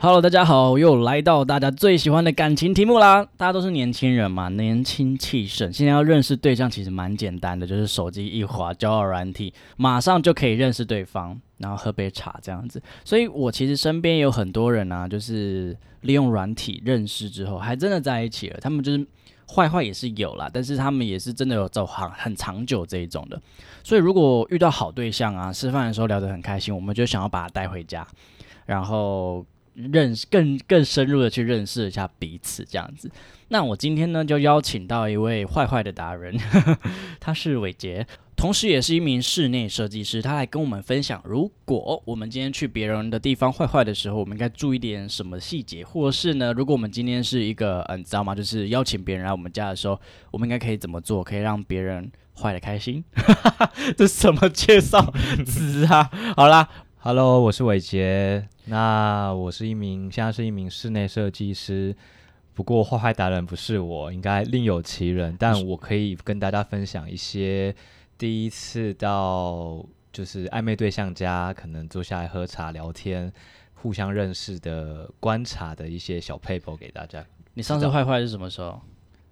Hello，大家好，又来到大家最喜欢的感情题目啦！大家都是年轻人嘛，年轻气盛。现在要认识对象其实蛮简单的，就是手机一滑，交友软体，马上就可以认识对方，然后喝杯茶这样子。所以我其实身边有很多人啊，就是利用软体认识之后，还真的在一起了。他们就是坏坏也是有啦，但是他们也是真的有走很很长久这一种的。所以如果遇到好对象啊，吃饭的时候聊得很开心，我们就想要把他带回家，然后。认识更更深入的去认识一下彼此，这样子。那我今天呢，就邀请到一位坏坏的达人， 他是伟杰，同时也是一名室内设计师。他来跟我们分享，如果我们今天去别人的地方坏坏的时候，我们应该注意点什么细节，或是呢，如果我们今天是一个，嗯、你知道吗？就是邀请别人来我们家的时候，我们应该可以怎么做，可以让别人坏的开 心？这什么介绍 词啊？好啦， Hello，我是伟杰。那我是一名，现在是一名室内设计师。不过画画达人不是我，应该另有其人。但我可以跟大家分享一些第一次到就是暧昧对象家，可能坐下来喝茶聊天，互相认识的观察的一些小 paper 给大家。你上次坏坏是什么时候？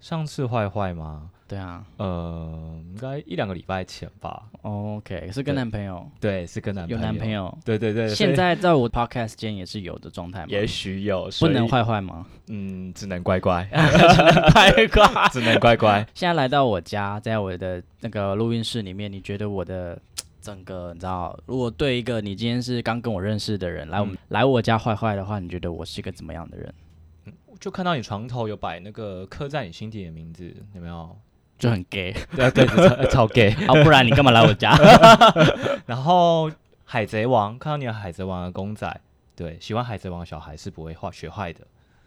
上次坏坏吗？对啊呃，应该一两个礼拜前吧。哦，OK，是跟对男朋友，对，是跟男有朋男朋友。友。对对对，所现以在在我 podcast 间也是有的状态吗？也许有，不所能以坏坏吗？ 嗯，只能乖乖。 太瓜。只能乖乖。现在来到我家，在我的那个录音室里面，你觉得我的整个，你知道，如果对一个你今天是刚跟我认识的人来我们、来我家坏坏的话，你觉得我是一个怎么样的人？就看到你床头有摆那个刻在你心底的名字，有没有？就很 gay 对啊对，超超 gay。 啊，不然你干嘛来我家？ 然后海贼王，看到你有海贼王的公仔，对，喜欢海贼王的小孩是不会坏学坏的，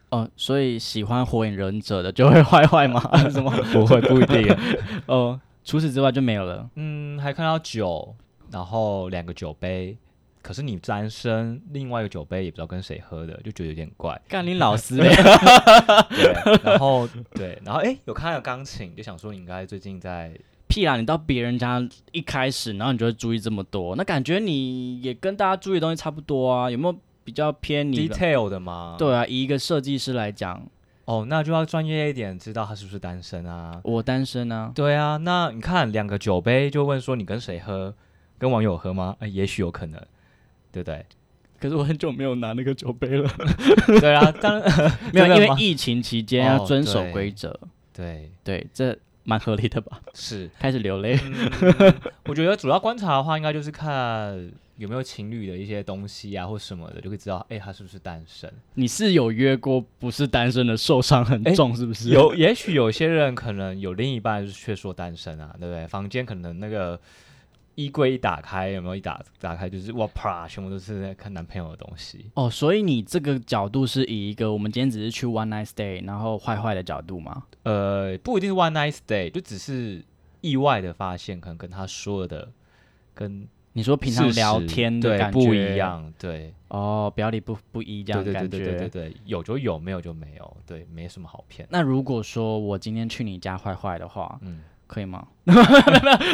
哦，所以喜欢火影忍者的就会坏坏吗？ 什么？不会不一定。 哦，除此之外就没有了。嗯，还看到酒，然后两个酒杯，可是你单身，另外一个酒杯也不知道跟谁喝的，就觉得有点怪。干你老师欸嘞！对，然后对，然后诶，有看到钢琴，就想说你应该最近在 屁啦！你到别人家一开始，然后你就会注意这么多，那感觉你也跟大家注意的东西差不多啊？有没有比较偏你的？ detail 的吗？对啊，以一个设计师来讲，哦，那就要专业一点，知道他是不是单身啊？我单身啊，对啊，那你看两个酒杯就问说你跟谁喝，跟网友喝吗？呃、也许有可能，对不对？ 可是我很久没有拿那个酒杯了。对啊，当然 没有，因 真的为吗疫情期间要哦遵守规则，对嗯对，这蛮合理的吧？是。开始流泪，我觉得主要观察的话，应该就是看有没有情侣的一些东西啊，或什么的，就可以知道，哎、他是不是单 身？你是有约过不是单身的，受伤很哎重是不是？有，也许有些人可能有另一半却说单身啊，对不对？房间可能那个衣柜一打开，有没有一打打开就是哇啪，全部都是在看男朋友的东西。哦，所以你这个角度是以一个我们今天只是去 one night stay，然后坏坏的角度吗？呃，不一定是 one night stay，就只是意外的发现，可能跟他说的跟你说平常事实聊天的对感觉不一样，对，哦，表里不不一这对样的感对对觉。对对对对，有就有，没有就没有，对，没什么好 骗。那如果说我今天去你家坏坏的话，嗯，可以 吗？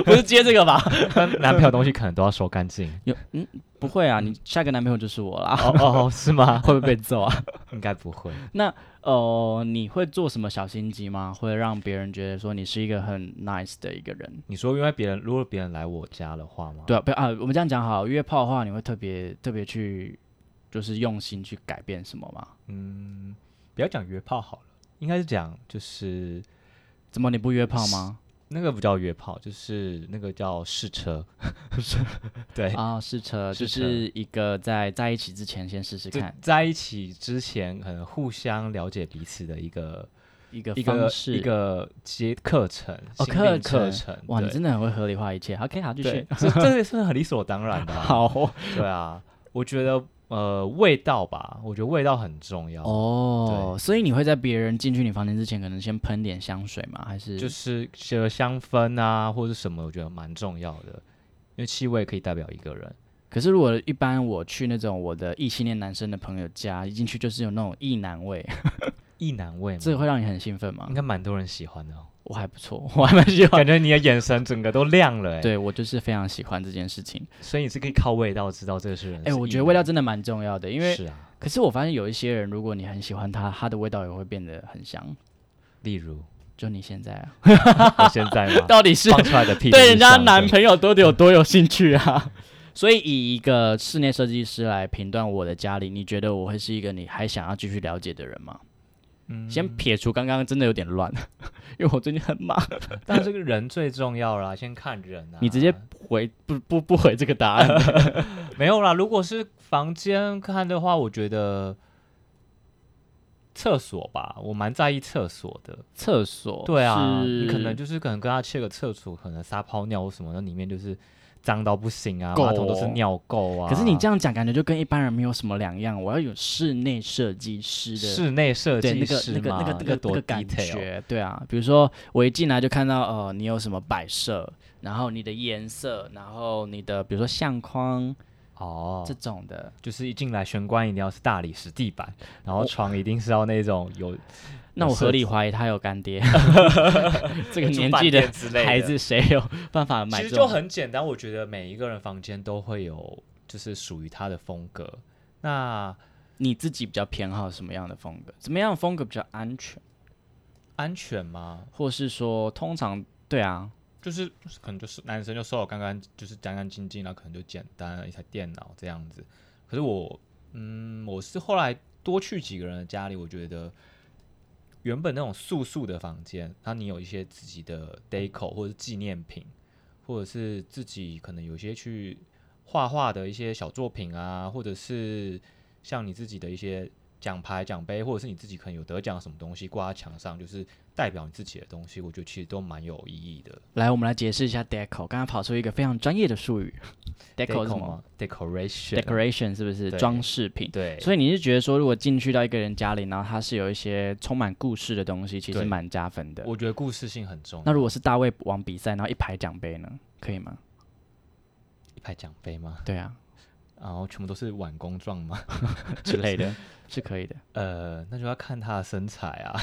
不是接这个吧？但男朋友东西可能都要收干净。 有嗯，不会啊，你下一个男朋友就是我啦，哦哦，是吗？ 会不会被揍啊？ 应该不会。 哦、你会做什么小心机吗？会让别人觉得说你是一个很 nice 的一个人？你说因为别人如果别人来我家的话吗？对啊，不要啊，我们这样讲好，约炮的话，你会特别特别去，就是用心去改变什么吗？嗯，不要讲约炮好了，应该是讲就是怎么你不约炮吗？那个不叫约炮，就是那个叫试车。对，啊，试车就试车是一个在在一起之前先试试就看在一起之前，可能互相了解彼此的一个一个一方个式一个接课程哦心课灵课程程。哇，你对真的很会合理化一切。OK，好，继续对。， 这这也是很理所当然的、啊。，好对啊，我觉得呃味道吧，我觉得味道很重要。哦，所以你会在别人进去你房间之前，可能先喷点香水吗？还是就是这个香氛啊，或者什么，我觉得蛮重要的，因为气味可以代表一个人。可是如果一般我去那种我的异性恋男生的朋友家，一进去就是有那种异男味，意难味吗？ 这会让你很兴奋吗嗯应？该蛮多人喜欢的哦，我还不错， 我还蛮 喜欢。感觉你的眼神整个都亮了，哎，，对我就是非常喜欢这件事 情。所以你是可以靠味道知道这个是人是意哎、男。我觉得味道真的蛮重要的，因为是啊，可是我发现有一些人，如果你很喜欢他，他的味道也会变得很香。例如就你现在啊， 我现在吗？到底是放出来的屁股对是人家香的男朋友到底有多有兴趣啊？ 所以以一个室内设计师来评断我的家里，你觉得我会是一个你还想要继续了解的人吗？嗯先撇除刚刚真的有点乱，因为我最近很忙。 但这个人最重要啦，先看人啊。你直接回不不不回这个答 案，没有啦。如果是房间看的话，我觉得厕所吧，我蛮在意厕所的。厕所对啊，你是可能就是可能跟他切个厕所，可能撒泡尿或什么，那里面就是脏到不行啊，垢马桶都是哦尿垢啊。可是你这样讲，感觉就跟一般人没有什么两样。我要有室内设计师的室内设对计那个师那个嘛，那个那要个那多个感 detail。觉，对啊。比如说我一进来就看到呃，你有什么摆设，然后你的颜色，然后你的比如说相框哦这，种的，就是一进来玄关一定要是大理石地板，然后床一定是要那种有那有我设合理怀疑他有干 爹，这个住年饭纪的店之类孩子谁有办法买其这实就种？很简单，我觉得每一个人房间都会有就是属于他的风格。那你自己比较偏好什么样的风格？怎么样的风格比较安全？安全吗？或是说，通常对啊，就是可能就是男生就收好干干，就是干干净净，然后可能就简单一台电脑这样子。可是我，嗯，我是后来多去几个人的家里，我觉得原本那种素素的房间，它你有一些自己的 deco 或者是纪念品，或者是自己可能有些去画画的一些小作品啊，或者是像你自己的一些奖牌、奖杯，或者是你自己可能有得奖什么东西挂在墙上，就是代表你自己的东西，我觉得其实都蛮有意义的。来，我们来解释一下 deco。刚刚跑出一个非常专业的术语，deco 是什么吗？decoration ？decoration 是不是对装饰品？对，所以你是觉得说，如果进去到一个人家里，然后他是有一些充满故事的东西，其实对蛮加分的。我觉得故事性很重要。那如果是大胃王比赛，然后一排奖杯呢，可以吗？一排奖杯吗？对 啊，然后全部都是碗弓状吗？之类的，是可以的。 呃，那就要看他的身材啊，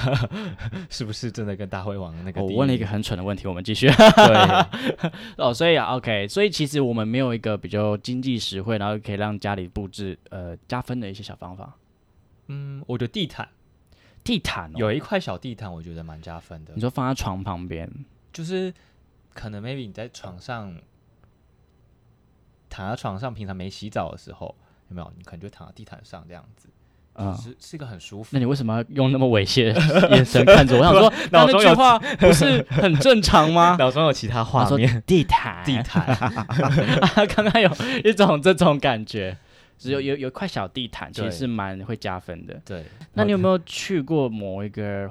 是不是真的跟大胃王那个？哦我问了一个，很蠢的问题，我们继续。对，哦，所以啊，OK，所以其实我们没有一个比较经济实惠，然后可以让家里布置呃加分的一些小方法。嗯，我觉得地毯地毯、哦、有一块小地毯，我觉得蛮加分的你。说放在床旁边，就是可能 maybe 你在床上躺在床上，平常没洗澡的时候，有没有？你可能就躺在地毯上这样子，嗯，是是一个很舒服那。你为什么要用那么猥亵 的眼神看着我？我想说，那脑那中句有话不是很正常 吗？脑中有其他他画说面，地毯，啊 地毯，刚刚有一种这种感觉，只有有有一块小地毯，其实对是蛮会加分的。嗯对。那你有有？没有去过某一个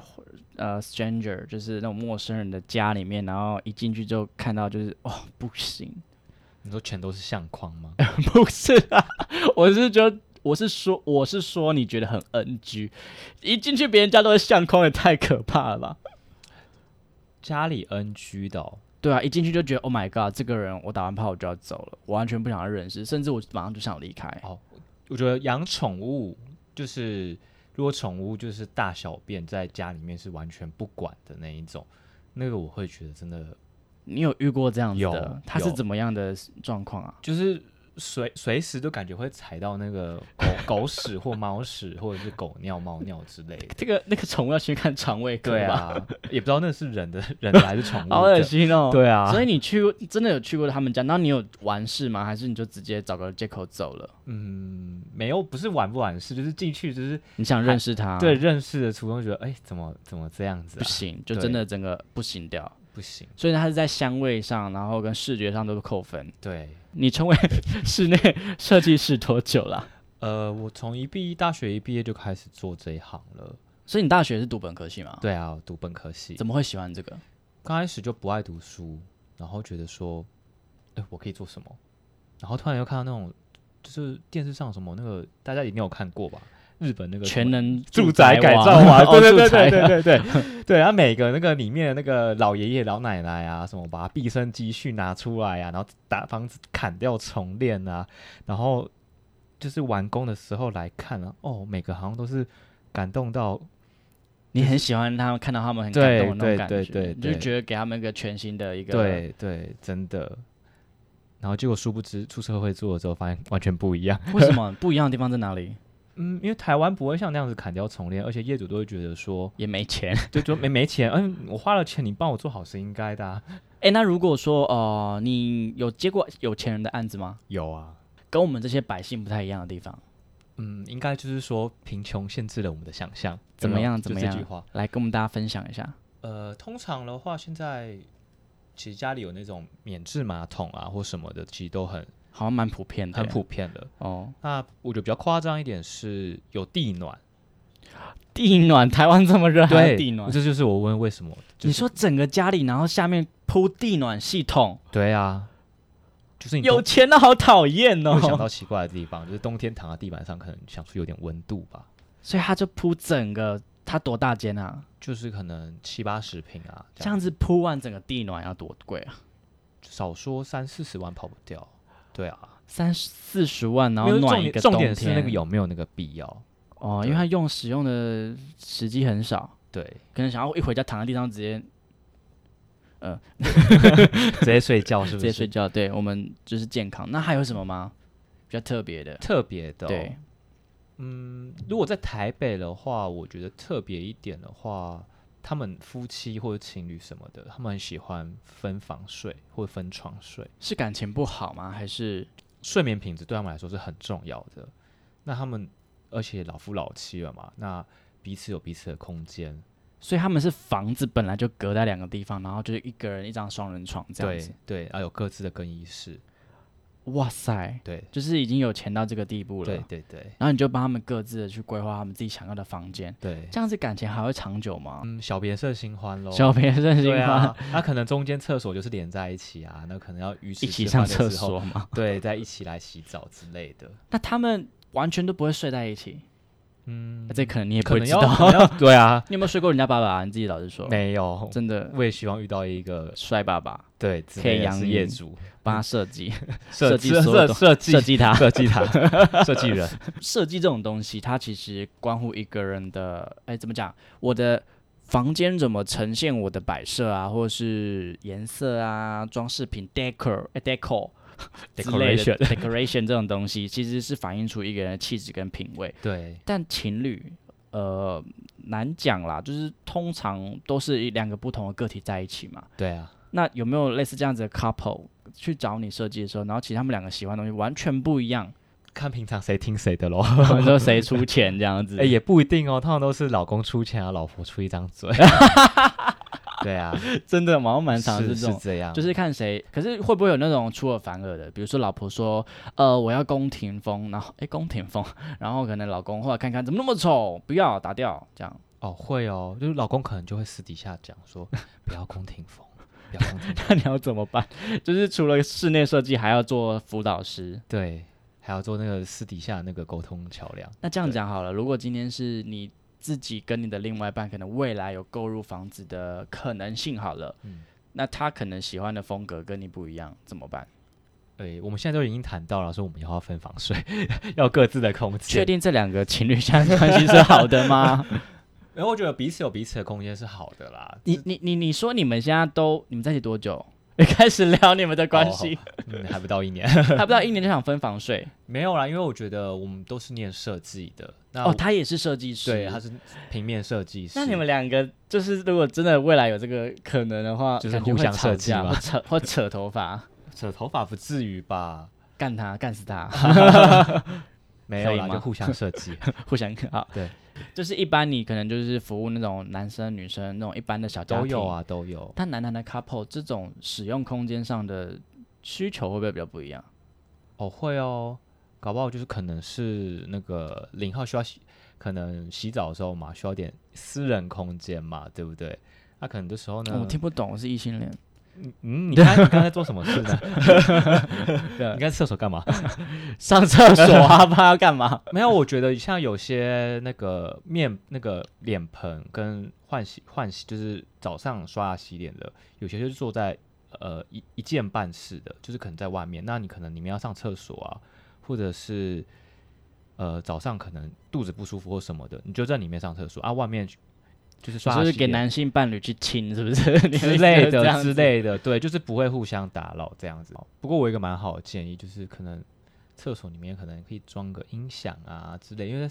呃 stranger，就是那种陌生人的家里面，然后一进去就看到就是哦不 行，你说全都是相框吗？不是啊，我是觉得我是说我是说你觉得很 NG，一进去别人家都是相框，也太可怕了吧？家里 NG 的、哦，对啊，一进去就觉得 Oh my God，这个人我打完炮我就要走了，我完全不想要认识，甚至我马上就想离开。我觉得养宠物就是，如果宠物就是大小便在家里面是完全不管的那一种，那个我会觉得真的你有遇过这样子的有？他是有怎么样的状况啊？ 就是随随时都感觉会踩到那个狗 狗屎或猫屎或者是狗尿猫尿之类的。这个那个宠物要去看肠胃科对吧？啊，也不知道那是人的 人的还是宠 物好恶的。心哦。对啊，所以你去过真的有去过他们家？那你有完事吗？还是你就直接找个借口走了？嗯，没有不是玩不玩事，就是进去就是你想认识他？对，认识的途中觉得，哎、怎么怎么这样子啊不啊？行，就对真的整个不行掉。不行，所以呢，它是在香味上，然后跟视觉上都是扣分。对，你成为室内设计师多久了？呃，我从一毕大学一毕业就开始做这一行了。所以你大学是读本科系吗？，对啊，我读本科系，哦怎么会喜欢这个？刚开始就不爱读书，然后觉得说，哎、我可以做什么？然后突然又看到那种，就是电视上什么那个，大家一定有看过吧？日本那个什么全能住宅改造嘛， 嘛，哦对对对住宅对对对对 对，啊，每个那个里面的那个老爷爷老奶奶啊，什么把毕生积蓄拿出来啊，然后打房子砍掉重练啊，然后就是完工的时候来看啊，哦，每个好像都是感动到，你很喜欢他们，看到他们很感动的那种对感觉，对对对你就对觉得给他们一个全新的一个， 对对，真的。然后结果殊不知出社会做了之后，发现完全不一样。为什么不一样的地方在哪里？嗯，因为台湾不会像那样子砍掉重练，而且业主都会觉得说，也没钱。 就就没没钱，嗯，我花了钱，你帮我做好是应该的、啊。哎、那如果说哦、呃你有接过有钱人的案子吗？有啊，跟我们这些百姓不太一样的地方，嗯，应该就是说贫穷限制了我们的想象，怎么有没有样就怎么这句样话，来跟我们大家分享一下。呃，通常的话，现在其实家里有那种免治马桶啊或什么的，其实都很好像蛮普遍的，很普遍的。哦。那我觉得比较夸张一点是有地 暖，地暖，台湾这么热，还有地暖。这就是我问为什么？就是你说整个家里，然后下面铺地暖系统，对啊，就是你有钱的好讨厌冬会想到哦。奇怪的地方，就是冬天躺在地板上，可能想说有点温度吧， 所以他就铺整个，他多大间啊？就是可能七八十平啊，这样子铺完整个地暖要多贵啊？少说三四十万跑不掉。对啊，三四十万，然没后有暖重一点个重冬点天。是那个有没有那个 必要？哦，对因为他用使用的时机很少，对，可能想要一回家躺在地上直接直接睡觉是直不接是？睡觉。对我们就是健康。那还有什么吗？比较特别的？特别的、哦对，，嗯，如果在台北的话，我觉得特别一点的话，他们夫妻或者情侣什么的，他们很喜欢分房睡或分床睡，是感情不好吗？还是睡眠品质对他们来说是很重要的。那他们而且老夫老妻了嘛，那彼此有彼此的空间，所以他们是房子本来就隔在两个地方，然后就是一个人一张双人床这样对子。对，啊有各自的更衣室，哇塞，对就是已经有钱到这个地步了。对对对然后你就帮他们各自的去规划他们自己想要的房间，对，这样子感情还会长久吗？嗯，小别胜新欢喽。小别胜新对 欢，啊，那、可能中间厕所就是连在一起啊，那可能要鱼一池起吃上饭的厕时候所吗？ 对，再一起来洗澡之类的。那他们完全都不会睡在一起，嗯这可能你也不可 会能知 要道。可能要对啊，你有没有睡过人家爸爸、啊？你自己老实说，没有，真的我也希望遇到一个帅爸爸对之可以类的养是你业主帮他设 计，设设计设所有设东设计设计他。设 计他设计人，设计这种东西，它其实关乎一个人的，哎，怎么讲？我的房间怎么呈现我的摆设啊，或者是颜色啊、装饰品 decor，哎，decor 之类的 Decoration decoration 这种东西，其实是反映出一个人的气质跟品味。对但情侣，呃，难讲啦，就是通常都是两个不同的个体在一起嘛。对啊，那有没有类似这样子的 couple 去找你设计的时候，然后其实他们两个喜欢的东西完全不一样，看平常谁听谁的 喽。你说谁出钱这 样子？哎，也不一定哦，通常都是老公出钱啊，老婆出一张 嘴。对啊，真的吗？我蛮常是这种，这样，就是看谁。可是会不会有那种出尔反尔的？比如说老婆说，呃，我要宫廷风，然后哎宫廷风， 然后可能老公后来看看怎么那么丑，不要打掉这样。哦会哦，就是老公可能就会私底下讲说，不要宫廷风，不要宫 廷风， 那你要怎么办？就是除了室内设计，还要做辅导师。对，还要做那个私底下那个沟通桥梁。那这样对讲好了，如果今天是你自己跟你的另外一半，可能未来有购入房子的可能性好了，嗯那他可能喜欢的风格跟你不一样，怎么办？对，我们现在都已经谈到了，说我们要分房睡， 要各自的空确间。定这两个情侣相关系是好的 吗？然后我觉得彼此有彼此的空间是好的啦。你你你你说你们现在都你们在一起多久？你开始聊你们的关系，嗯，还不到一年， 还不到一年就想分房睡没有啦，因为我觉得我们都是念设计的。那哦，我他也是设计师，对，他是平面设计师。那你们两个就是如果真的未来有这个可能的话，就是感觉互会相吵设计架吧或扯或扯头发，扯头发不至于吧？干他干死 他。没可有以啦，吗就互相设 计。互相啊，对，就是一般你可能就是服务那种男生女生那种一般的小家都庭有。啊，都有。但男男的 couple 这种使用空间上的需求会不会比较不一样？哦，会哦，搞不好就是可能是那个零号需要洗，可能洗澡的时候嘛，需要点私人空间嘛，对不对？那、可能这时候呢，哦我听不懂，我是异性恋，嗯，你看你刚才做什么事呢？ 啊你看厕所干嘛？上厕所啊，不然要干嘛？没有，我觉得像有些那个面那个脸盆跟换洗换洗，就是早上刷牙洗脸的，有些就是坐在呃一一件办事的，就是可能在外面，那你可能你们要上厕所啊，或者是呃早上可能肚子不舒服或什么的，你就在里面上厕所啊，外面就是刷牙 就是洗给脸男性伴侣去亲，是不是？ 你之类这样的子之。类的，对，就是不会互相打扰这样子。不过我有一个蛮好的建议，就是可能厕所里面可能可以装个音响啊之类，因为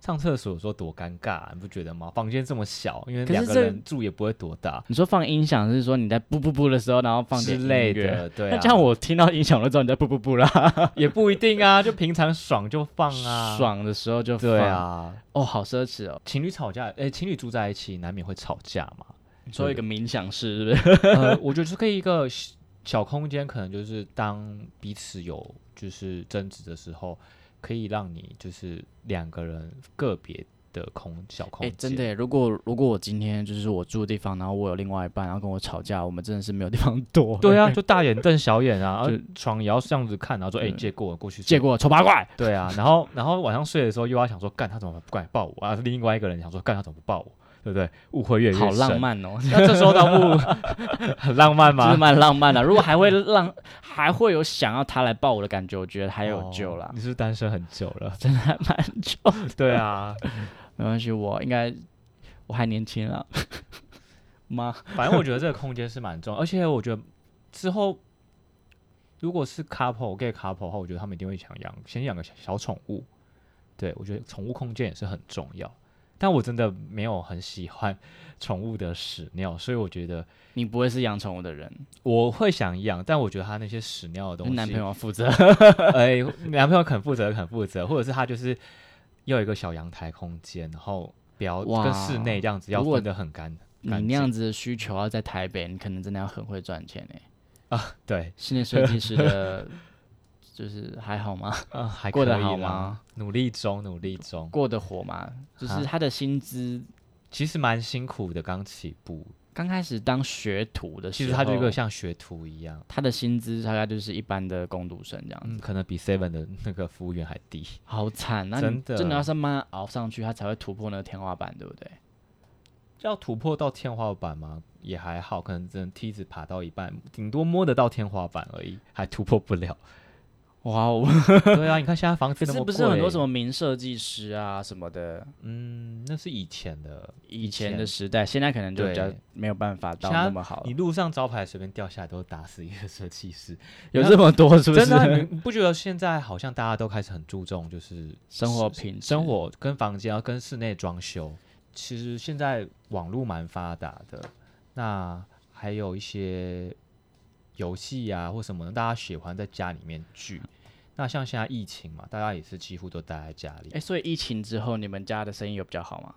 上厕所的时候多尴尬、啊你不觉得吗？房间这么小，因为可是两个这人住也不会多大你说放音响是说你在不不不的时候，然后放之点音类乐。的，对、啊。那这样我听到音响我就知道你在不不不啦。 也不一定啊，就平常爽就放啊，爽的时候就对放。啊。哦，好奢侈哦。情侣吵架，哎、情侣住在一起难免会吵架嘛。你说一个冥想室是不是？ 呃，我觉得是可以一个小小空间，可能就是当彼此有就是争执的时候，可以让你就是两个人个别的空小空哎、间。真的耶，如果如果我今天就是我住的地方，然后我有另外一半，然后跟我吵架，我们真的是没有地方躲。 对啊，就大眼瞪小眼啊，就啊床也要这样子看，然后说哎、对借过我过去 睡，结果丑八怪。对啊，然后然后晚上睡的时候又要想说干他怎么不敢抱我啊，另外一个人想说干他怎么不抱我，对不对？误会越来越好浪深。漫哦， 那这时候倒不很浪漫就是吗？蛮浪漫的。如果还会让，还会有想要他来抱我的感觉，我觉得还有救哦啦，你是不是单身很久了，真的还蛮久。 对啊，没关系，我应该我还年轻啊。 妈，反正我觉得这个空间是蛮重要，而且我觉得之后如果是 couple gay couple 的话，我觉得他们一定会想养，先养个小小宠物。对，我觉得宠物空间也是很重要，但我真的没有很喜欢宠物的屎尿，所以我觉得你不会是养宠物的人，我会想养，但我觉得他那些屎尿的东跟西，男朋友负责。 哎，男朋友肯负责肯负责，或者是他就是要有一个小阳台空间，然后不要哇跟室内这样子要如果分得很干。你那干净样子的需求要在台北，你可能真的要很会赚钱哎、对，室内设计师 的，就是还好吗？啊，还呃过得可以好啦吗？努力中，努力中。过得火吗？就是啊他的薪资，其实蛮辛苦的，刚起步。刚开始当学徒的时其候，实他就一个像学徒一样，他的薪资大概就是一般的工读生这样子，嗯，可能比 Seven 的那个服务员还低。好惨。那真你的啊真的要是慢慢熬上去，他才会突破那个天花板，对不对？要突破到天花板吗？也还好，可能只能梯子爬到一半，顶多摸得到天花板而已，还突破不 了。哇哦！对啊，你看现在房 子可那是么不贵，是有很多什么名设计师啊什么的，嗯，那是以前的，以前前的时代，现在可能就比较对没有办法到现在那么好你了。路上招牌随便掉下来都打死一个设计师，有这么多 是不是真？的啊、你你不觉得现在好像大家都开始很注重就是 生活品质生活跟房间，然后跟室内装修。其实现在网络蛮发达的，那还有一些游戏啊或什么的，大家喜欢在家里面聚。那像现在疫情嘛，大家也是几乎都待在家里哎、。所以疫情之后，你们家的生意有比较好吗？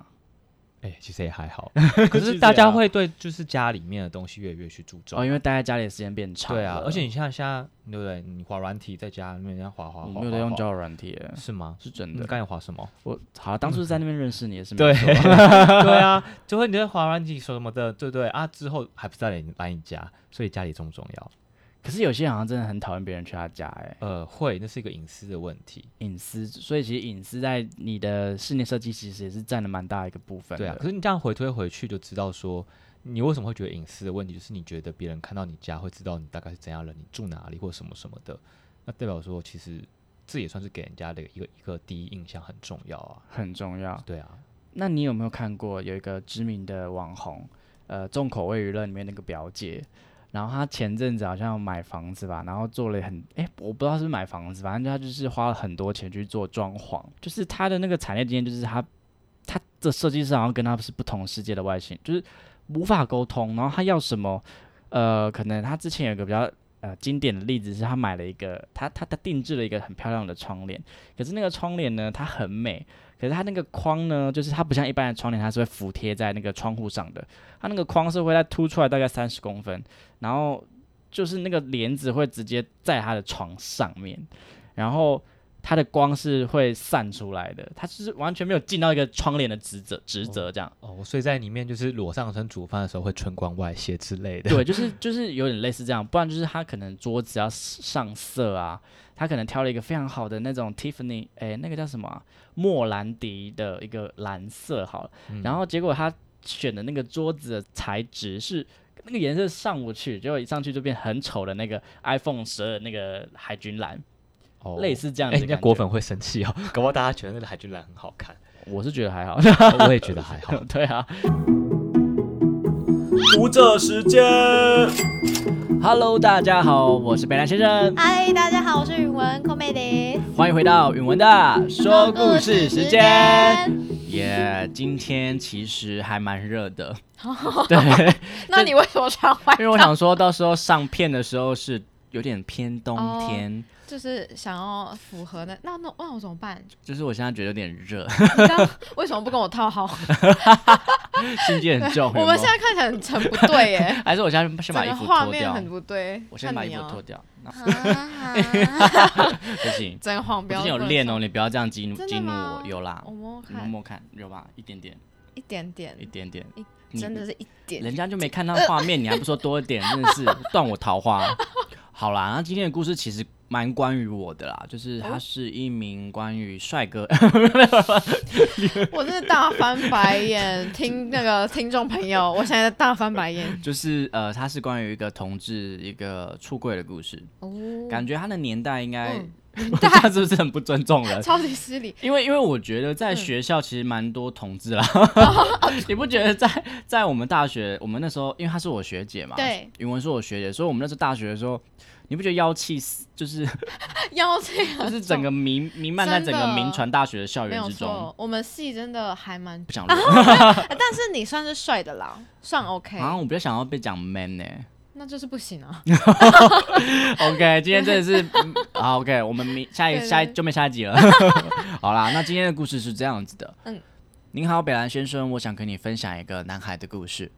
哎、其实也还好， 可可是大家会对就是家里面的东西越来越去注重。哦，因为待在家里的时间变长了。对啊，而且你像现在对不对？你滑软体在家里面这样滑滑我滑，没有在滑用滑交友软体耶，是吗？是真你的。刚才滑什么？我好，当初是在那边认识你也是没嗯对错啊 对啊，就会你在滑软体什么的，对不对啊？之后还不是在你来你家，所以家里重不重要？可是有些人好像真的很讨厌别人去他家，哎，呃，会，那是一个隐私的问题。隐私，所以其实隐私在你的室内设计其实也是占了蛮大一个部分的。对啊，可是你这样回推回去就知道说，你为什么会觉得隐私的问题，就是你觉得别人看到你家会知道你大概是怎样的人，你住哪里或什么什么的，那代表说其实这也算是给人家的一个一个第一印象很重要啊。很重要。对啊，那你有没有看过有一个知名的网红，呃，重口味娱乐里面那个表姐，然后她前阵子好像买房子吧，然后做了很，哎、我不知道是不是买房子，反正她就是花了很多钱去做装潢，就是她的那个产业经验，就是她她的设计师好像跟她是不同世界的外星，就是无法沟通，然后她要什么，呃，可能她之前有一个比较。呃，经典的例子是她买了一个，她她她定制了一个很漂亮的窗帘，可是那个窗帘呢，它很美，可是它那个框呢，就是它不像一般的窗帘，它是会服贴在那个窗户上的，它那个框是会再凸出来大概三十公分，然后就是那个帘子会直接在他的床上面，然后它的光是会散出来的，它就是完全没有尽到一个窗帘的职责职责这样。哦，所以在里面就是裸上身煮饭的时候会春光外泄之类的。对，就是就是有点类似这样，不然就是他可能桌子要上色啊，他可能挑了一个非常好的那种 Tiffany，哎、那个叫什么啊、莫兰迪的一个蓝色好了，嗯然后结果他选的那个桌子的材质是那个颜色上不去，结果一上去就变很丑的那个 iPhone 十二那个海军蓝，哦类似这样哎，子的人家感果觉粉会生气哦，搞不好大家觉得那个海军蓝很好看，我是觉得还好， 哦 我也觉得还好。对啊。读者时间， Hello，大家好，我是北兰先生，嗨，大家好，我是允文 comedy，欢迎回到允文的说故事时间。耶今天其实还蛮热的，哦对，那你为什么穿外？因为我想说到时候上片的时候是有点偏冬哦天，就是想要符合那那那那我怎么 办？就是我现在觉得有点热，你刚为什么不跟我套好？心机很重。 我们现在看起来很很不对 耶，在还是我现在先整把衣个服画脱面掉，很不对。我先把看衣你服脱哦，掉， 啊不行，真黄我标之前有不能练上哦，你不要这样激怒真的激怒吗我，有啦我，摸摸你摸看摸看，有吧，一点点，一点一点，点点，一你真的是一点。人家就没看 到画面，你还不说多一点，真的是断我桃花。好啦，那今天的故事其实蛮关于我的啦，就是哦他是一名关于帅哥， 我真的大翻白眼， 听那个听众朋友，我现在在大翻白眼。就是呃，他是关于一个同志一个出柜的故事，哦，感觉他的年代应该，嗯这样是不是很不尊重 人？超级失礼。因为因为我觉得嗯在学校其实蛮多同志 啦，你不觉得在在我们大学，我们那时候因为她是我学姐嘛，对，语文是我学姐，所以我们那时候大学的时候，你不觉得妖气死就是邀请就是整个弥弥漫在整个民传大学的校没园有之中。错，我啊们系真的还蛮，不想录，哎但是你算是帅的啦，算 OK，、好像我比较想要被讲 man 呢、那就是不行啊。 OK，今天真 的是嗯好 OK，我们明下一对对下一就没下一 集了。好啦，那今天的故事是这样子的。嗯嗯，您好，北兰先生，我想跟你分享一个男孩的故事。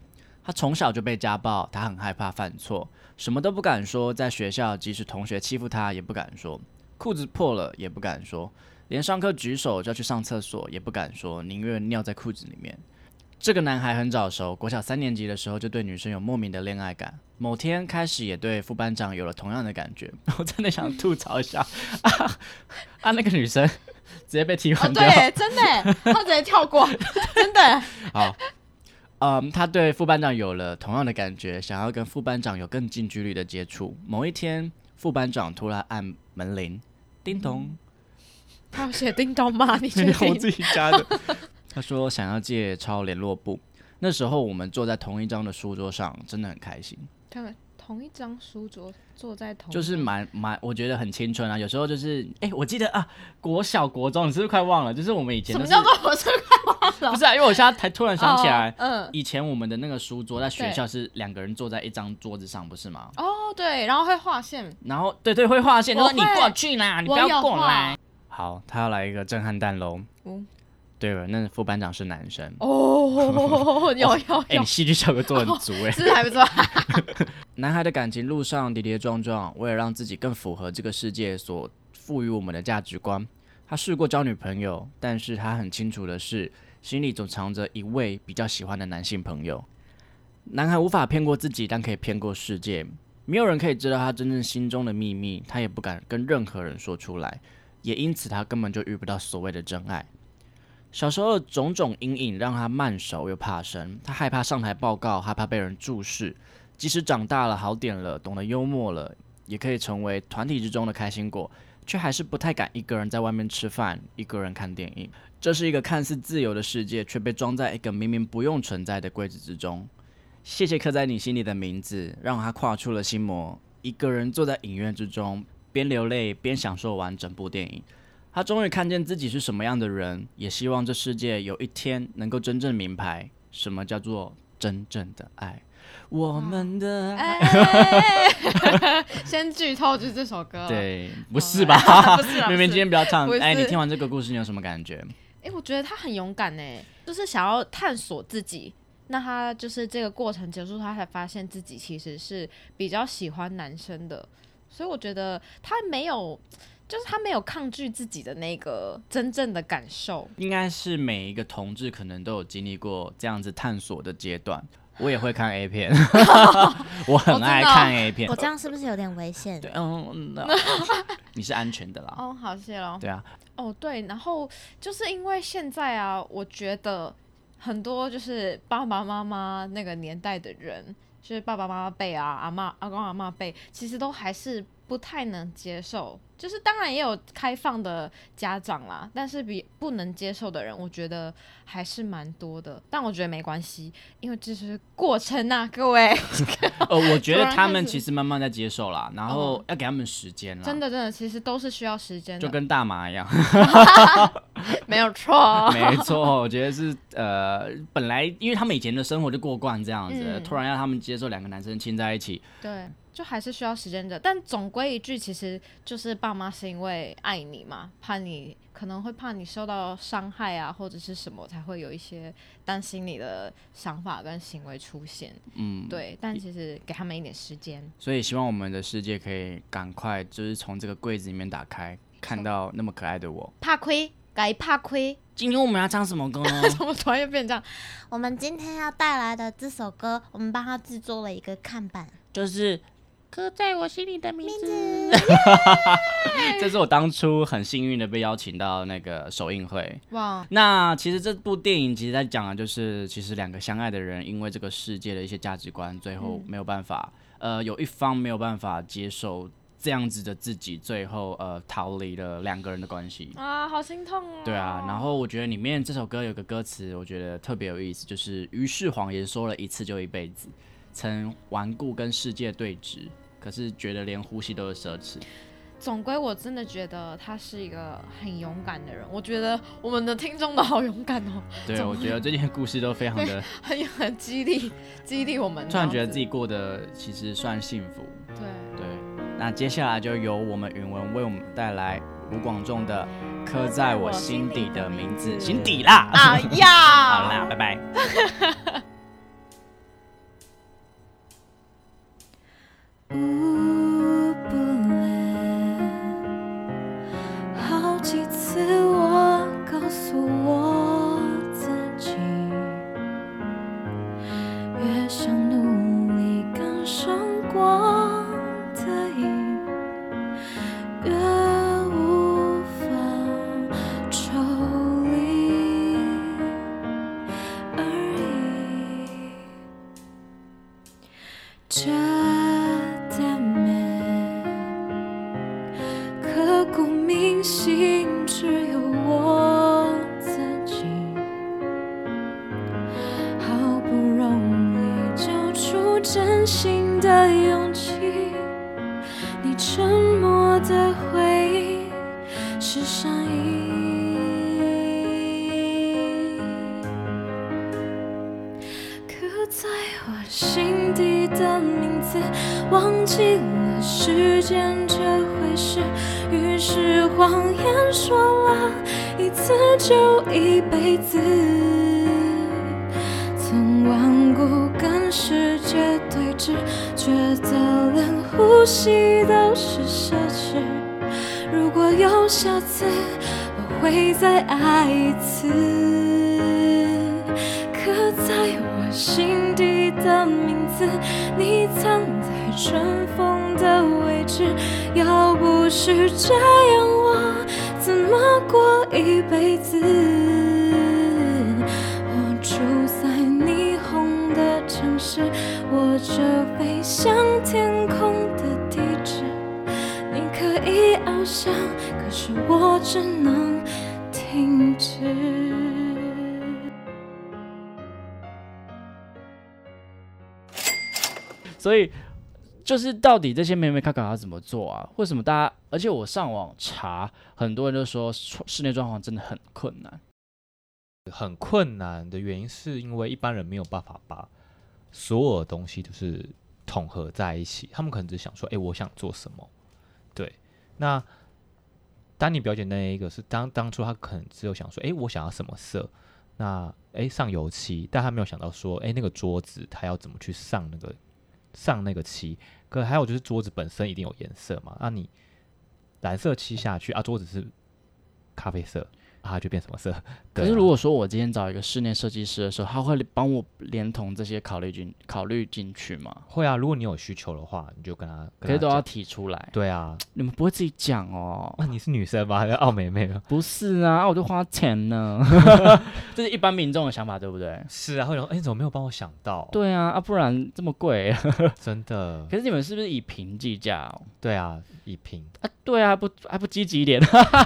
他从小就被家暴，他很害怕犯错，什么都不敢说，在学校即使同学欺负他也不敢说，裤子破了也不敢说，连上课举手就要去上厕所也不敢说，宁愿尿在裤子里面。这个男孩很早熟，国小三年级的时候就对女生有莫名的恋爱感。某天开始也对副班长有了同样的感觉。我真的想吐槽一下 啊啊！那个女生直接被踢啊，完掉。对，真的耶，他直接跳 过，真的。好，嗯，他对副班长有了同样的感觉，想要跟副班长有更近距离的接触。某一天，副班长突然按门铃，叮咚。他有写叮咚吗？你确没有，我定？自己加的。 他说想要借抄联络簿，那时候我们坐在同一张的书桌上，真的很开心，看看同一张书桌，坐在同一就是蛮蛮，我觉得很青春啊。有时候就是，哎、我记得啊，国小国中，你是不是快忘了？就是我们以前什都么是叫做我这个不是啊？因为我现在才突然想起来，嗯。以前我们的那个书桌在学校是两个人坐在一张桌子上，不是吗？哦，对，然后会划线，然后对对，会划线，他说我你会过去啦，你不我要有过画来。好，他要来一个震撼弹喽。嗯对了，那副班长是男生。 哦，有有哎、有你，戏剧效果做得很足 哎、是还不错， 男孩的感情路上跌跌撞撞，为了让自己更符合这个世界所赋予我们的价值观，他试过交女朋友，但是他很清楚的是，心里总藏着一位比较喜欢的男性朋友。男孩无法骗过自己，但可以骗过世界。没有人可以知道他真正心中的秘密，他也不敢跟任何人说出来，也因此他根本就遇不到所谓的真爱。小时候的种种阴影让他慢熟又怕生，他害怕上台报告，害怕被人注视，即使长大了、好点了、懂得幽默了，也可以成为团体之中的开心果，却还是不太敢一个人在外面吃饭、一个人看电影。这是一个看似自由的世界，却被装在一个明明不用存在的柜子之中。谢谢刻在你心里的名字，让他跨出了心魔，一个人坐在影院之中，边流泪边享受完整部电影。他终于看见自己是什么样的人，也希望这世界有一天能够真正明白什么叫做真正的爱。我们的哦爱，哎， 先剧透就是这首歌，，对，不是吧？不是啦，明明不今是天不要唱不。是哎，你听完这个故事，你有什么感觉？哎、我觉得他很勇敢呢，就是想要探索自己。那他就是这个过程结束，他才发现自己其实是比较喜欢男生的，所以我觉得他没有就是他没有抗拒自己的那个真正的感受。应该是每一个同志可能都有经历过这样子探索的阶段。我也会看 A 片， 我哦很爱看 A 片。我这样是不是有点危险对，？嗯，嗯 嗯你是安全的啦。哦，好，谢喽。 对啊，哦，对，然后就是因为现在啊，我觉得很多就是爸爸妈妈那个年代的人，就是爸爸妈妈辈啊、阿妈、阿公、阿妈辈，其实都还是不太能接受。就是当然也有开放的家长啦，但是比不能接受的人，我觉得还是蛮多的。但我觉得没关系，因为这是过程呐、各位。呃，我觉得突然他开们始其实慢慢在接受啦，然后嗯要给他们时间啦。 真的真的，其实都是需要时间就的，跟大麻一样，没有 错。没错，我觉得是呃，本来因为他们以前的生活就过惯这样子，嗯突然让他们接受两个男生亲在一起，对，就还是需要时间的。但总归一句，其实就是爸妈是因为爱你嘛，怕你可能会怕你受到伤害啊，或者是什么，才会有一些担心你的想法跟行为出现。嗯，。对，但其实给他们一点时间。所以希望我们的世界可以赶快，就是从这个柜子里面打开，看到那么可爱的我。怕亏，该怕亏。 今天我们要唱什么歌 呢？怎么突然又变这样？我们今天要带来的这首歌，我们帮他制作了一个看板，就是刻在我心里的名字。 这是我当初很幸运的被邀请到那个首映会。哇，那其实这部电影其实在讲的就是，其实两个相爱的人因为这个世界的一些价值观，最后没有办法，呃，有一方没有办法接受这样子的自己，最后呃逃离了两个人的关系。啊，好心痛哦。对啊，然后我觉得里面这首歌有个歌词，我觉得特别有意思，就是“于是谎言说了一次就一辈子，曾顽固跟世界对峙，可是觉得连呼吸都是奢侈。总归我真的觉得他是一个很勇敢的人。我觉得我们的听众都好勇敢哦，”对，怎么我觉得这些故事都非常的，很很激励激励我们。突然觉得自己己过得其实算幸福。对。对，那接下来就由我们允文为我们带来吴广仲的《刻在我心底的名字》，心底啦。嗯啊呀！ 好啦，拜拜。无不累，好几次我告诉我自己，越想努力赶上光的影，越无法抽离而已。这点美，刻骨铭心，只有我自己。好不容易交出真心的勇气，你沉默的回应是善意。刻在我心底的名字，忘记了时间这回事。于是谎言说了一次就一辈子，曾顽固跟世界对峙，觉得连呼吸都是奢侈。如果有下次，我会再爱一次。刻在我心底的名字，你藏在春风的位置。要不是这样，我怎么过一辈子？我住在霓虹的城市，我这飞向天空的地址。你可以翱翔，可是我只能停止。所以就是到底这些妹妹卡卡要怎么做啊？为什么大家？而且我上网查，很多人都说室室内装潢真的很困难。很困难的原因是因为一般人没有办法把所有的东西就是统合在一起，他们可能只想说，哎、我想做什么。对，那丹尼表姐那一个是当当初她可能只有想说，哎、我想要什么色，那哎、诶上油漆，但她没有想到说，哎、那个桌子她要怎么去上那个啊上那个漆，可还有就是桌子本身一定有颜色嘛，那你蓝色漆下去啊，桌子是咖啡色啊，它就变什么色？对可是啊如果说我今天找一个室内设计师的时候，他会帮我连同这些考虑进考虑进去吗？会啊，如果你有需求的话，你就跟他，可是跟他都要讲提出来，对啊，你们不会自己讲哦？啊，你是女生吗？奥美妹吗？不是啊，啊我就花钱呢，这是一般民众的想法，对不对？是啊，会说，哎、你怎么没有帮我想到？，对啊，啊不然这么贵， 真的，可是你们是不是以平计价、哦？对啊，一瓶啊，对啊，还不还不积极一点，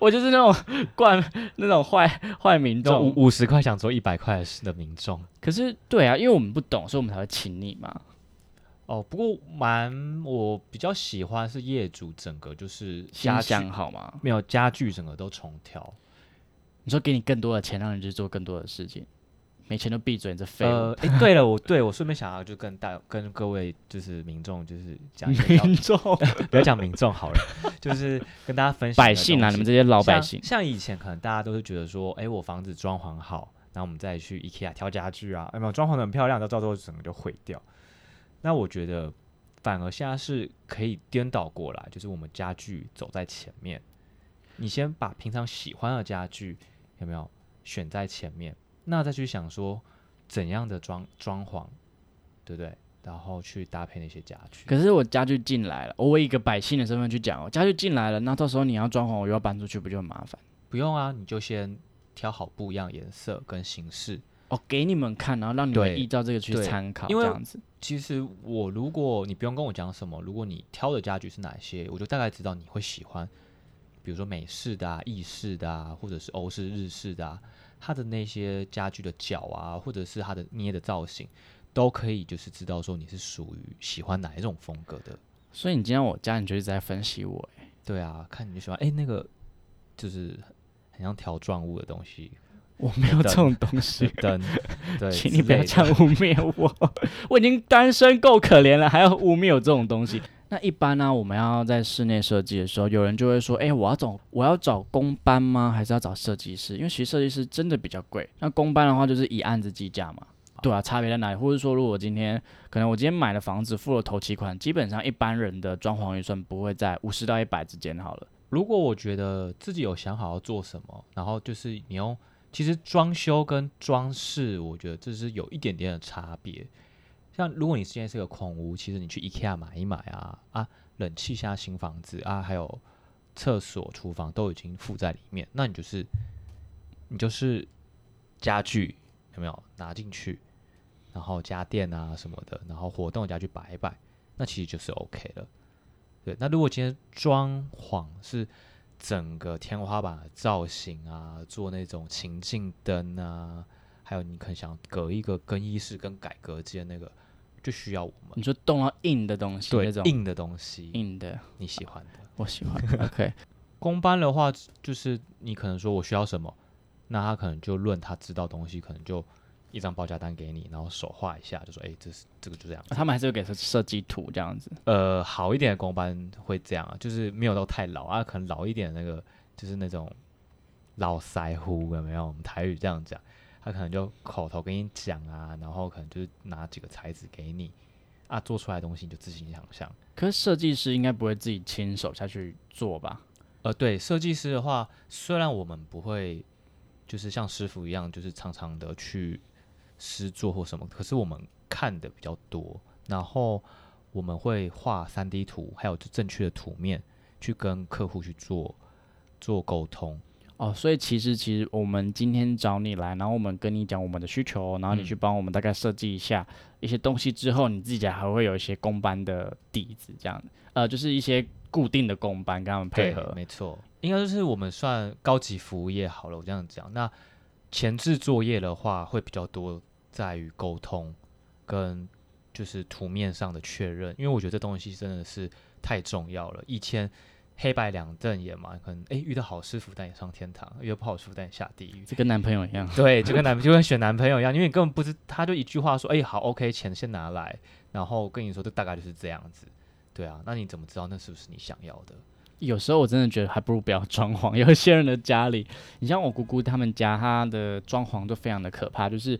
我就是那种 惯那种坏坏民那众。五五十块想做一百块的民众可是对啊，因为我们不懂，所以我们才会请你嘛。哦，不过蛮我比较喜欢是业主整个就是先家想具好嘛，没有家具整个都重调，你说给你更多的钱，让你去做更多的事情，没钱就闭嘴，你这废物。呃，哎、对了，我对我顺便想要就跟大跟各位就是民众就是讲 一个比较民众不要讲民众好了，就是跟大家分享百姓啊，你们这这些老百姓，像，像以前可能大家都是觉得说，哎、我房子装潢好，然后我们再去 IKEA 挑家具啊，有没有装潢的很漂亮，到到时候整个就毁掉。那我觉得反而现在是可以颠倒过来，就是我们家具走在前面，你先把平常喜欢的家具有没有选在前面，那再去想说怎样的装装潢，对不对？然后去搭配那些家具。可是我家具进来了，我以一个百姓的身份去讲哦，家具进来了，那到时候你要装潢，我又要搬出去，不就很麻烦？不用啊，你就先挑好不一样颜色跟形式。哦，给你们看，然后让你们对依照这个去对参考，因这为样子。其实我如果你不用跟我讲什么，如果你挑的家具是哪些，我就大概知道你会喜欢，比如说美式的啊、意式的啊，或者是欧式、日式的啊，它的那些家具的角啊，或者是它的捏的造型，都可以就是知道说你是属于喜欢哪一种风格的。所以你今天我家，你就一直在分析我，欸对啊，看你就喜欢哎、那个就是很像条状物的东西，我没有这种东西是。灯，对，请之你不要类的这样污蔑我， 我已经单身够可怜了，还要污蔑我这种东西。那一般呢、我们要在室内设计的时候，有人就会说：“哎、我要找我要找工班吗？还是要找设计师？因为其实设计师真的比较贵。那工班的话，就是以案子计价嘛。哦对啊，差别在哪里？或者说，如果我今天可能我今天买了房子，付了头期款，基本上一般人的装潢预算不会在五十到一百之间好了。如果我觉得自己有想好要做什么，然后就是你用，其实装修跟装饰，我觉得这是有一点点的差别。像如果你现在是个空屋，其实你去 IKEA 买一买啊啊，冷气下新房子啊，还有厕所、厨房都已经附在里面，那你就是你就是家具有没有拿进去，然后家电啊什么的，然后活动的家具摆一摆，那其实就是 OK 了。对，那如果今天装潢是整个天花板的造型啊，做那种情境灯啊，还有你可能想隔一个更衣室跟改革间那个，就需要我们你说动到硬的东西，对那种硬的东西，硬的，你喜欢的。我喜欢。OK， 公班的话，就是你可能说我需要什么，那他可能就论他知道东西，可能就一张报价单给你，然后手画一下，就说哎、这是这个就这样子。他们还是会给设设计图这样子。呃，好一点的公班会这样啊，就是没有到太老啊，可能老一点的那个就是那种老腮胡有没有？我们台语这样讲，他可能就口头跟你讲啊，然后可能就是拿几个材质给你啊，做出来的东西你就自行想象。可是设计师应该不会自己亲手下去做吧？呃，对，设计师的话，虽然我们不会就是像师傅一样，就是常常的去师做或什么，可是我们看的比较多，然后我们会画三 D 图，还有就正确的图面去跟客户去做做沟通。哦，所以其实其实我们今天找你来，然后我们跟你讲我们的需求，然后你嗯去帮我们大概设计一下一些东西之后，你自己还会有一些公班的底子，这样呃，就是一些固定的公班跟他们配对合。没错，应该就是我们算高级服务业好了，我这样讲。那前置作业的话，会比较多在于沟通跟就是图面上的确认，因为我觉得这东西真的是太重要了。以前黑白两瞪眼嘛，可能诶遇到好师傅带你上天堂，遇到不好师傅带你下地狱。这跟男朋友一样，对，就跟男就跟选男朋友一样，因为你根本不知，他就一句话说，哎、好，OK，钱先拿来，然后跟你说，这大概就是这样子，对啊，那你怎么知道那是不是你想要的？有时候我真的觉得还不如不要装潢。有一些人的家里，你像我姑姑他们家，她的装潢都非常的可怕，就是。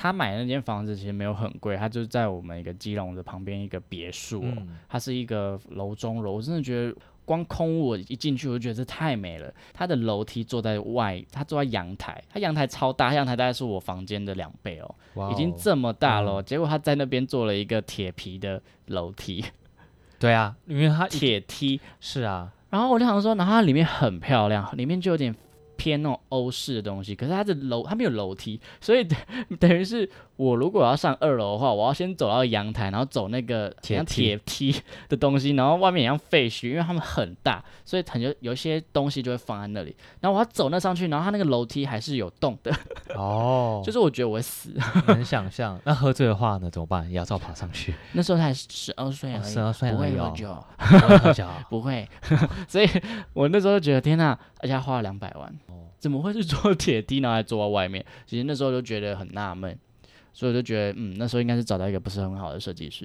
她买的那间房子其实没有很贵，她就在我们一个基隆的旁边一个别墅、哦，嗯它是一个楼中楼，我真的觉得光空屋我一进去我就觉得这太美了。它的楼梯坐在外，它坐在阳台，它阳台超大，它阳台大概是我房间的两倍哦，哇已经哦这么大了哦、嗯结果他在那边做了一个铁皮的楼梯， 对啊，因为 它一铁梯。是啊，然后我就想说，然后它里面很漂亮，里面就有点偏那种欧式的东西，可是它的楼它没有楼梯，所以 等于是我如果要上二楼的话，我要先走到阳台，然后走那个很像铁铁梯的东西，然后外面也像废墟，因为它们很大，所以很有有一些东西就会放在那里。然后我要走那上去，然后它那个楼梯还是有洞的，哦，就是我觉得我会死。 能想象。 那喝醉的话呢，怎么办？也要照爬上 去。那时候才十二岁而哦已， 12岁不而会已喝哦酒。我想不会， 所以我那时候就觉得天呐，而且还花了两百万，哦怎么会是坐铁梯然后还坐在外面？其实那时候就觉得很纳闷，所以我就觉得嗯，那时候应该是找到一个不是很好的设计师。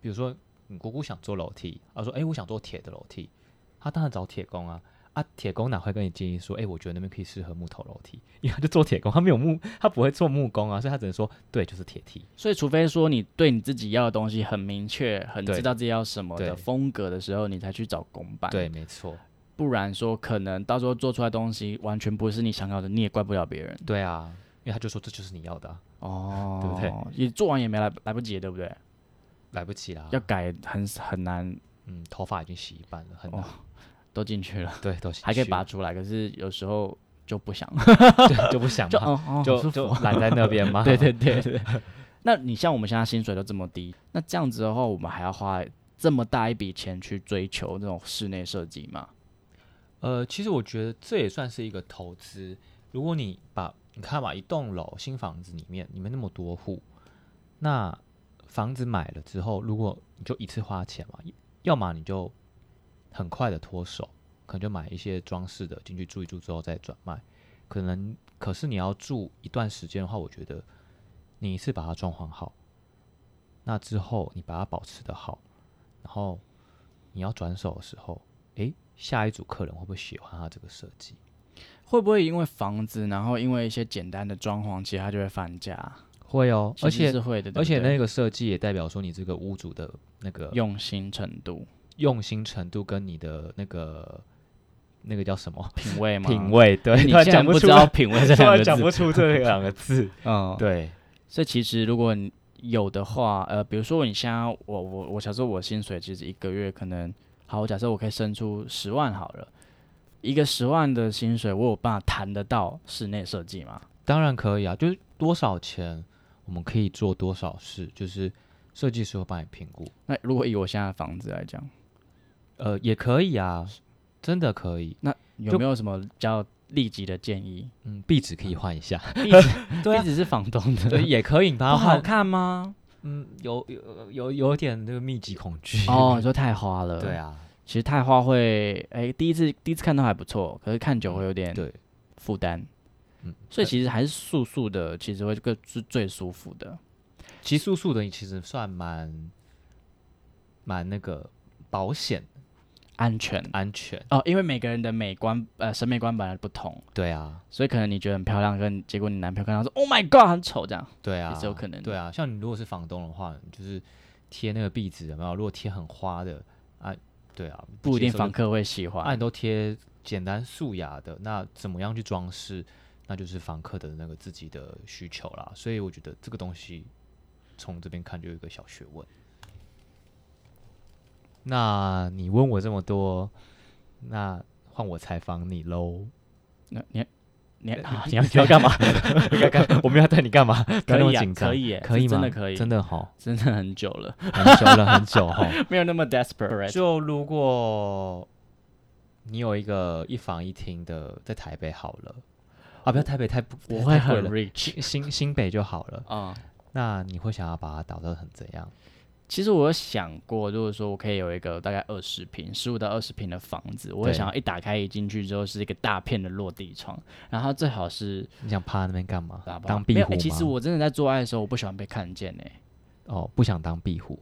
比如说你姑姑想做楼梯，她说：“哎、我想做铁的楼梯。”她当然找铁工啊。啊，铁工哪会跟你建议说，哎、我觉得那边可以适合木头楼梯， 因为他就做铁工，他没有木，他不会做木工啊，所以他只能说，对，就是铁梯。所以，除非说你对你自己要的东西很明确，很对知道自己要什么的对风格的时候，你才去找公版。对，，没错，不然说可能到时候做出来的东西完全不是你想要的，你也怪不了别人对啊，因为他就说这就是你要的啊、哦，对不对？也做完也没来来不及，对不对？啊来不及啦。要改很很难，嗯，头发已经洗一半了，很难。哦都进去了。对，都洗还可以去拔出来，可是有时候就不想， 对就不想就嘛，哦哦，好就舒服就 哦懒在那边嘛。 对对对对。那你像我们现在薪水都这么低，那这样子的话，我们还要花这么大一笔钱去追求这种室内设计吗？呃，其实我觉得这也算是一个投资。如果你把你看嘛，一栋楼新房子里面，你们那么多户，那房子买了之后，如果你就一次花钱嘛，要么你就很快的脱手，可能就买一些装饰的进去住一住之后再转卖。可能可是你要住一段时间的话，我觉得你一次把它装潢好，那之后你把它保持的好，然后你要转手的时候，诶，下一组客人会不会喜欢他这个设计？会不会因为房子，然后因为一些简单的装潢，其实它就会翻价？会哦，而其实且是会的，对而不且对那个设计也代表说你这个屋主的那个用心程度、用心程度跟你的那个那个叫什么品味吗？品，味，对，你突然竟然讲不出知道来，品味这突两然个讲不字，出这两个 字，嗯，对，所以其实如果你有的话，呃，比如说你现在我我我假设我薪水其实一个月可能好，我假设我可以生出十万好了，一个十万的薪水，我有办法谈得到室内设计吗？当然可以啊，就是多少钱我们可以做多少事，就是设计师会帮你评估，那如果以我现在的房子来讲，呃，也可以啊，真的可以，那有就没有什么比较立即的建 议？嗯，壁纸可以换一下，壁纸对啊壁纸是房东对，啊的，也可以，你把不它好换，看 吗？嗯，有有有有点那个密集恐惧，哦， 你说太花了，对，啊，其实太花会，哎、第一次第一次看到还不错，可是看久会有点对，负担。嗯，所以以其实还是素素的，其实会更是最舒服的。其实素素的其实算蛮蛮那个保险安全安全，哦，因为每个人的美观呃审美观本来不同，对啊，所以可能你觉得很漂亮，跟结果你男朋友看到说 “Oh my God”，很丑这样。对啊，也是有可能对啊，像你如果是房东的话，你就是贴那个壁纸有没有？如果贴很花的啊，对啊，不一定房房客会喜欢，啊，你都贴简单素雅的，那怎么样去装饰？那就是房客的那个自己的需求啦，所以我觉得这个东西从这边看就有一个小学问。那你问我这么多，那换我采访你喽。那你你哎啊你要你要干 嘛？你刚刚我们要对你干嘛？不可要那么以啊紧张，可以耶可是以吗？真的可以真的好，真的很久了，很久了，很久哈。没有那么 desperate。就如果你有一个一房一厅的，在台北好了，啊，不要台北太不，我太会太贵很了嗯 rich 新新新北就好了。啊、那你会想要把它打造成怎样？其实我有想过，如果说我可以有一个大概二十平、十五到二十平的房子，我会对想要一打开一进去之后是一个大片的落地窗，然后最好是你想趴那边干嘛喇？叭当壁没有虎欸吗？其实我真的在做爱的时候，我不喜欢被看见 诶、哦，不想当壁虎。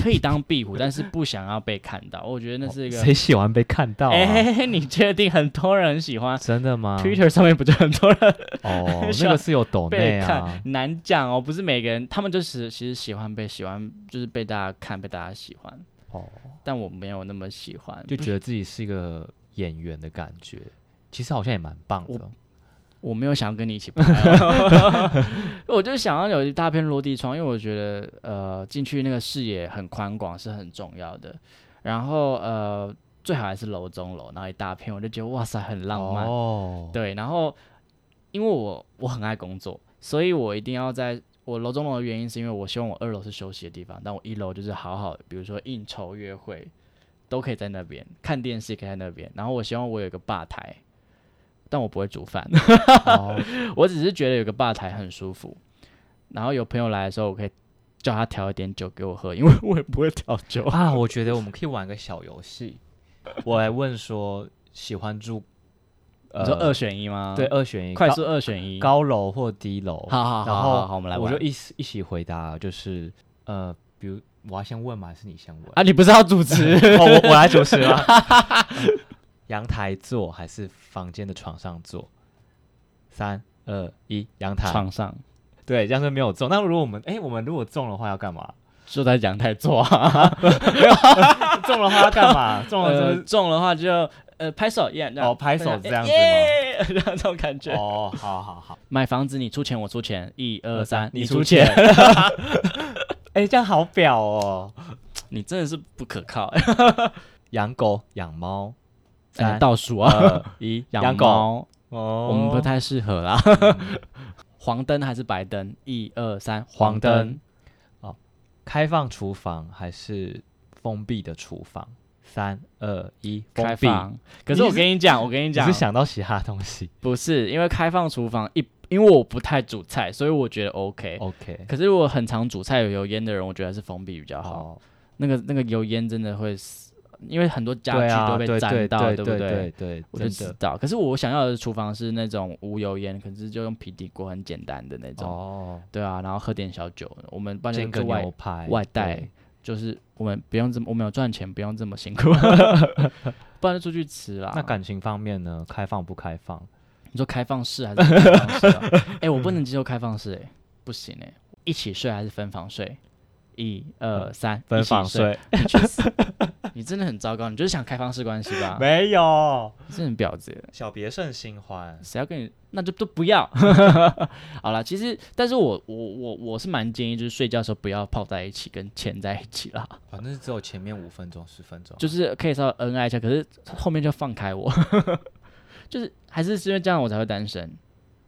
可以当壁虎，但是不想要被看到。我觉得那哦是一个，谁喜欢被 看到啊？哎、你确定很多人喜 欢、真的吗 Twitter 上面不就很多人 ，哦喜欢那个是有抖内被看？啊。难讲哦，不是每个人，他们就是其实喜欢被喜欢，就是被大家看，被大家喜欢。哦，但我没有那么喜欢，就觉得自己是一个演员的感觉，其实好像也蛮棒的。我没有想要跟你一起拍，啊我就想要有一大片落地窗，因为我觉得呃进去那个视野很宽广是很重要的。然后呃最好还是楼中楼，然后一大片，我就觉得哇塞很浪漫。哦，对，然后因为我我很爱工作，所以我一定要在我楼中楼的原因是因为我希望我二楼是休息的地方，但我一楼就是好好，比如说应酬、约会都可以在那边，看电视也可以在那边。然后我希望我有一个吧台，但我不会煮饭，哦， 我只是觉得有个吧台很舒服。然后有朋友来的时候，我可以叫他调一点酒给我喝，因为我也不会调酒。 啊，我觉得我们可以玩个小游 戏，我来问说喜欢住，呃你呃说二选一吗？对，二选一，快高速二选一。高楼或低楼，好好好然好后好好，我们来我玩就。一起一起回答，就是呃，比如我要先问吗？还是你先问？啊， 你不是要主持？哦，我我来主持了。 阳台坐还是房间的床上坐？三二一，阳台。床上对，这样是没有中。那如果我们哎、我们如果中的话要干嘛？ 就在阳台坐啊。 中的话要干嘛？中了呃，哦就是、中的话就呃拍手耶，这样哦，拍手这样子吗？耶， 这样这种感觉。哦，好好好，买房子你出钱我出钱，一二三，哦你出钱钱，。哎、这样好表哦。 你真的是不可靠。养狗、养猫，哎 三倒数啊，二一， 养狗。猫哦我们不太适合啦。 黄灯还是白灯？一二三，黄灯，开放厨房还是封闭的厨房？三二一，开封闭。放。可是我跟你讲，我跟你你讲是，想到其他东西不是因为开放厨房一，因为我不太煮菜，所以我觉得 OK。 ？OK，可是如果很常煮菜有油烟的人，我觉得还是封闭比较好。好，那个那个油烟真的会死，因为很多家对具啊都被对沾到，对不对？对对我就对，知真的道。可是我想要的厨房是那种无油烟，可是就用平底锅很简单的那种。哦，对啊，然后喝点小酒。我们搬煎家个住外牛，排，外带对就是我们不用这么，我们有赚钱，不用这么 辛苦。不然就出去吃啦。那感情方面呢？开放不开放？你说开放式还是不开放式、啊？ 哎、我不能接受开放式、哎，不行哎、一起睡还是分房睡？一嗯二三，一起睡。，你真的很糟糕，你就是想开放式关系吧？没有，你真的很婊子。小别胜新欢。谁要跟你？那就都不要。 好啦，其实，但是我我我我是蛮建议，就是睡觉的时候不要泡在一起，跟牵在一起啦，反正只有前面五分钟、十分钟，就是可以稍微恩爱一下，可是后面就放开我， 就是还是是因为这样我才会单身，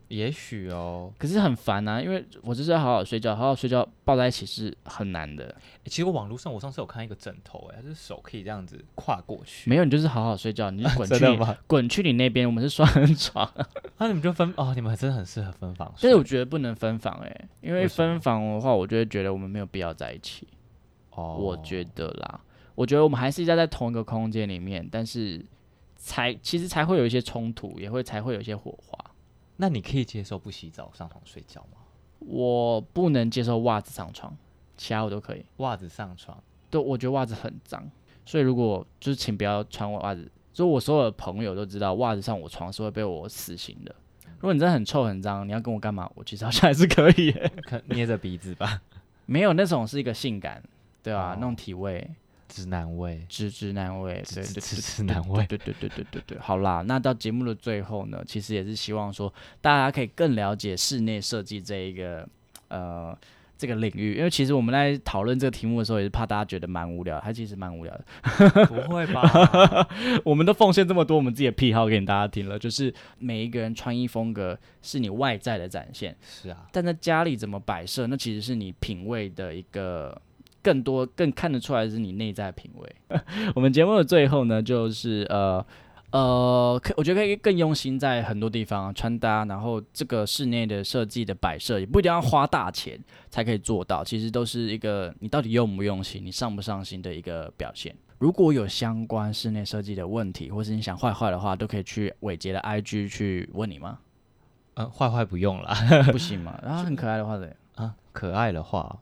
也许哦。可是很烦啊，因为我就是要好好睡觉，好好睡觉抱在一起是很难的。诶其实我网络上我上次有看一个枕头、诶哎，就是手可以这样子跨过去。没有，你就是好好睡觉，你就滚 真去的你吗？滚去你那边，我们是双人床。那、你们就分哦，你们真的很适合分房睡。但是我觉得不能分房哎、因为为什么分房的话，我就会觉得我们没有必要在一起。哦，我觉得啦，我觉得我们还是要在同一个空间里面，但是才其实才会有一些冲突，也会才会有一些火花。那你可以接受不洗澡上床睡觉吗？我不能接受袜子上床，其他我都可以。袜子上床，对，我觉得袜子很脏，所以如果就是请不要穿我袜子。所以我所有的朋友都知道，袜子上我床是会被我死刑的。如果你真的很臭很脏，你要跟我干嘛？我其实好像还是可以欸耶。可捏着鼻子 吧，没有那种是一个性感，对啊，哦那种体味，直男味，直直男味，对直对直对直直男味。对对对对对对，好啦，那到节目的最后呢，其实也是希望说大家可以更了解室内设计这一个呃这个领域，因为其实我们在讨论这个题目的时候，也是怕大家觉得蛮无聊，它其实蛮无聊的。不会 吧？我们都奉献这么多我们自己的癖好给大家听了，就是每一个人穿衣风格是你外在的展现，是啊，但在家里怎么摆设，那其实是你品味的一个更多更看得出来是你内在的品味。 我们节目的最后呢，就是呃呃，可我觉得可以更用心在很多地方穿搭，然后这个室内的设计的摆设也不一定要花大钱才可以做到，其实都是一个你到底用不用心，你上不上心的一个表现。如果有相关室内设计的问题，或是你想坏坏的话，都可以去伟杰的 IG 去问你吗？ 嗯，坏坏不用啦。 不行吗？然后很可爱的话的。啊，可爱 的话，哦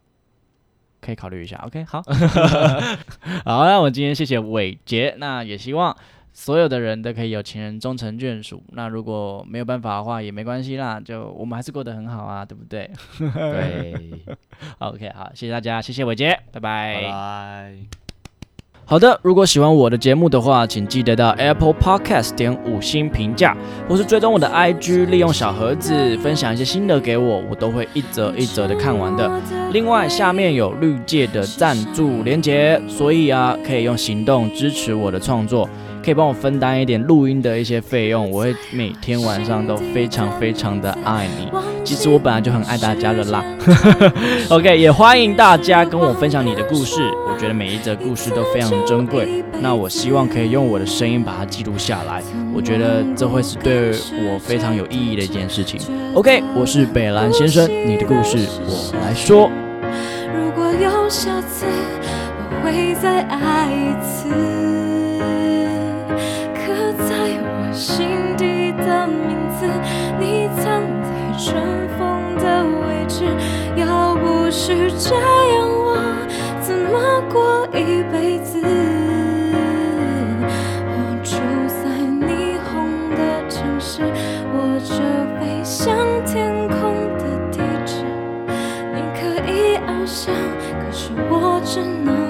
可以考虑一下。OK，好， 好，那我们今天谢谢伟杰，那也希望所有的人都可以有情人终成眷属。那如果没有办法的话，也没关系啦，就我们还是过得很好啊，对不对对，好？OK，好，谢谢大家，谢谢伟杰，拜拜拜。好的，如果喜欢我的节目的话，请记得到 Apple Podcast 点五星评价，或是追踪我的 IG，利用小盒子分享一些心得给我，我都会一则一则的看完的。另外，下面有绿界的赞助连结，所以啊，可以用行动支持我的创作，可以帮我分担一点录音的一些费用，我会每天晚上都非常非常的爱你。其实我本来就很爱大家了 啦。OK，也欢迎大家跟我分享你的故事，我觉得每一则故事都非常珍贵。那我希望可以用我的声音把它记录下来，我觉得这会是对我非常有意义的一件事情。OK，我是北兰先生，你的故事我来说。如果有下次，我会再爱一次。刻在我心底的名字，你藏在尘封的位置。要不是这样，我怎么过一辈子？我住在霓虹的城市，握着飞向天空的地址。你可以翱翔，可是我只能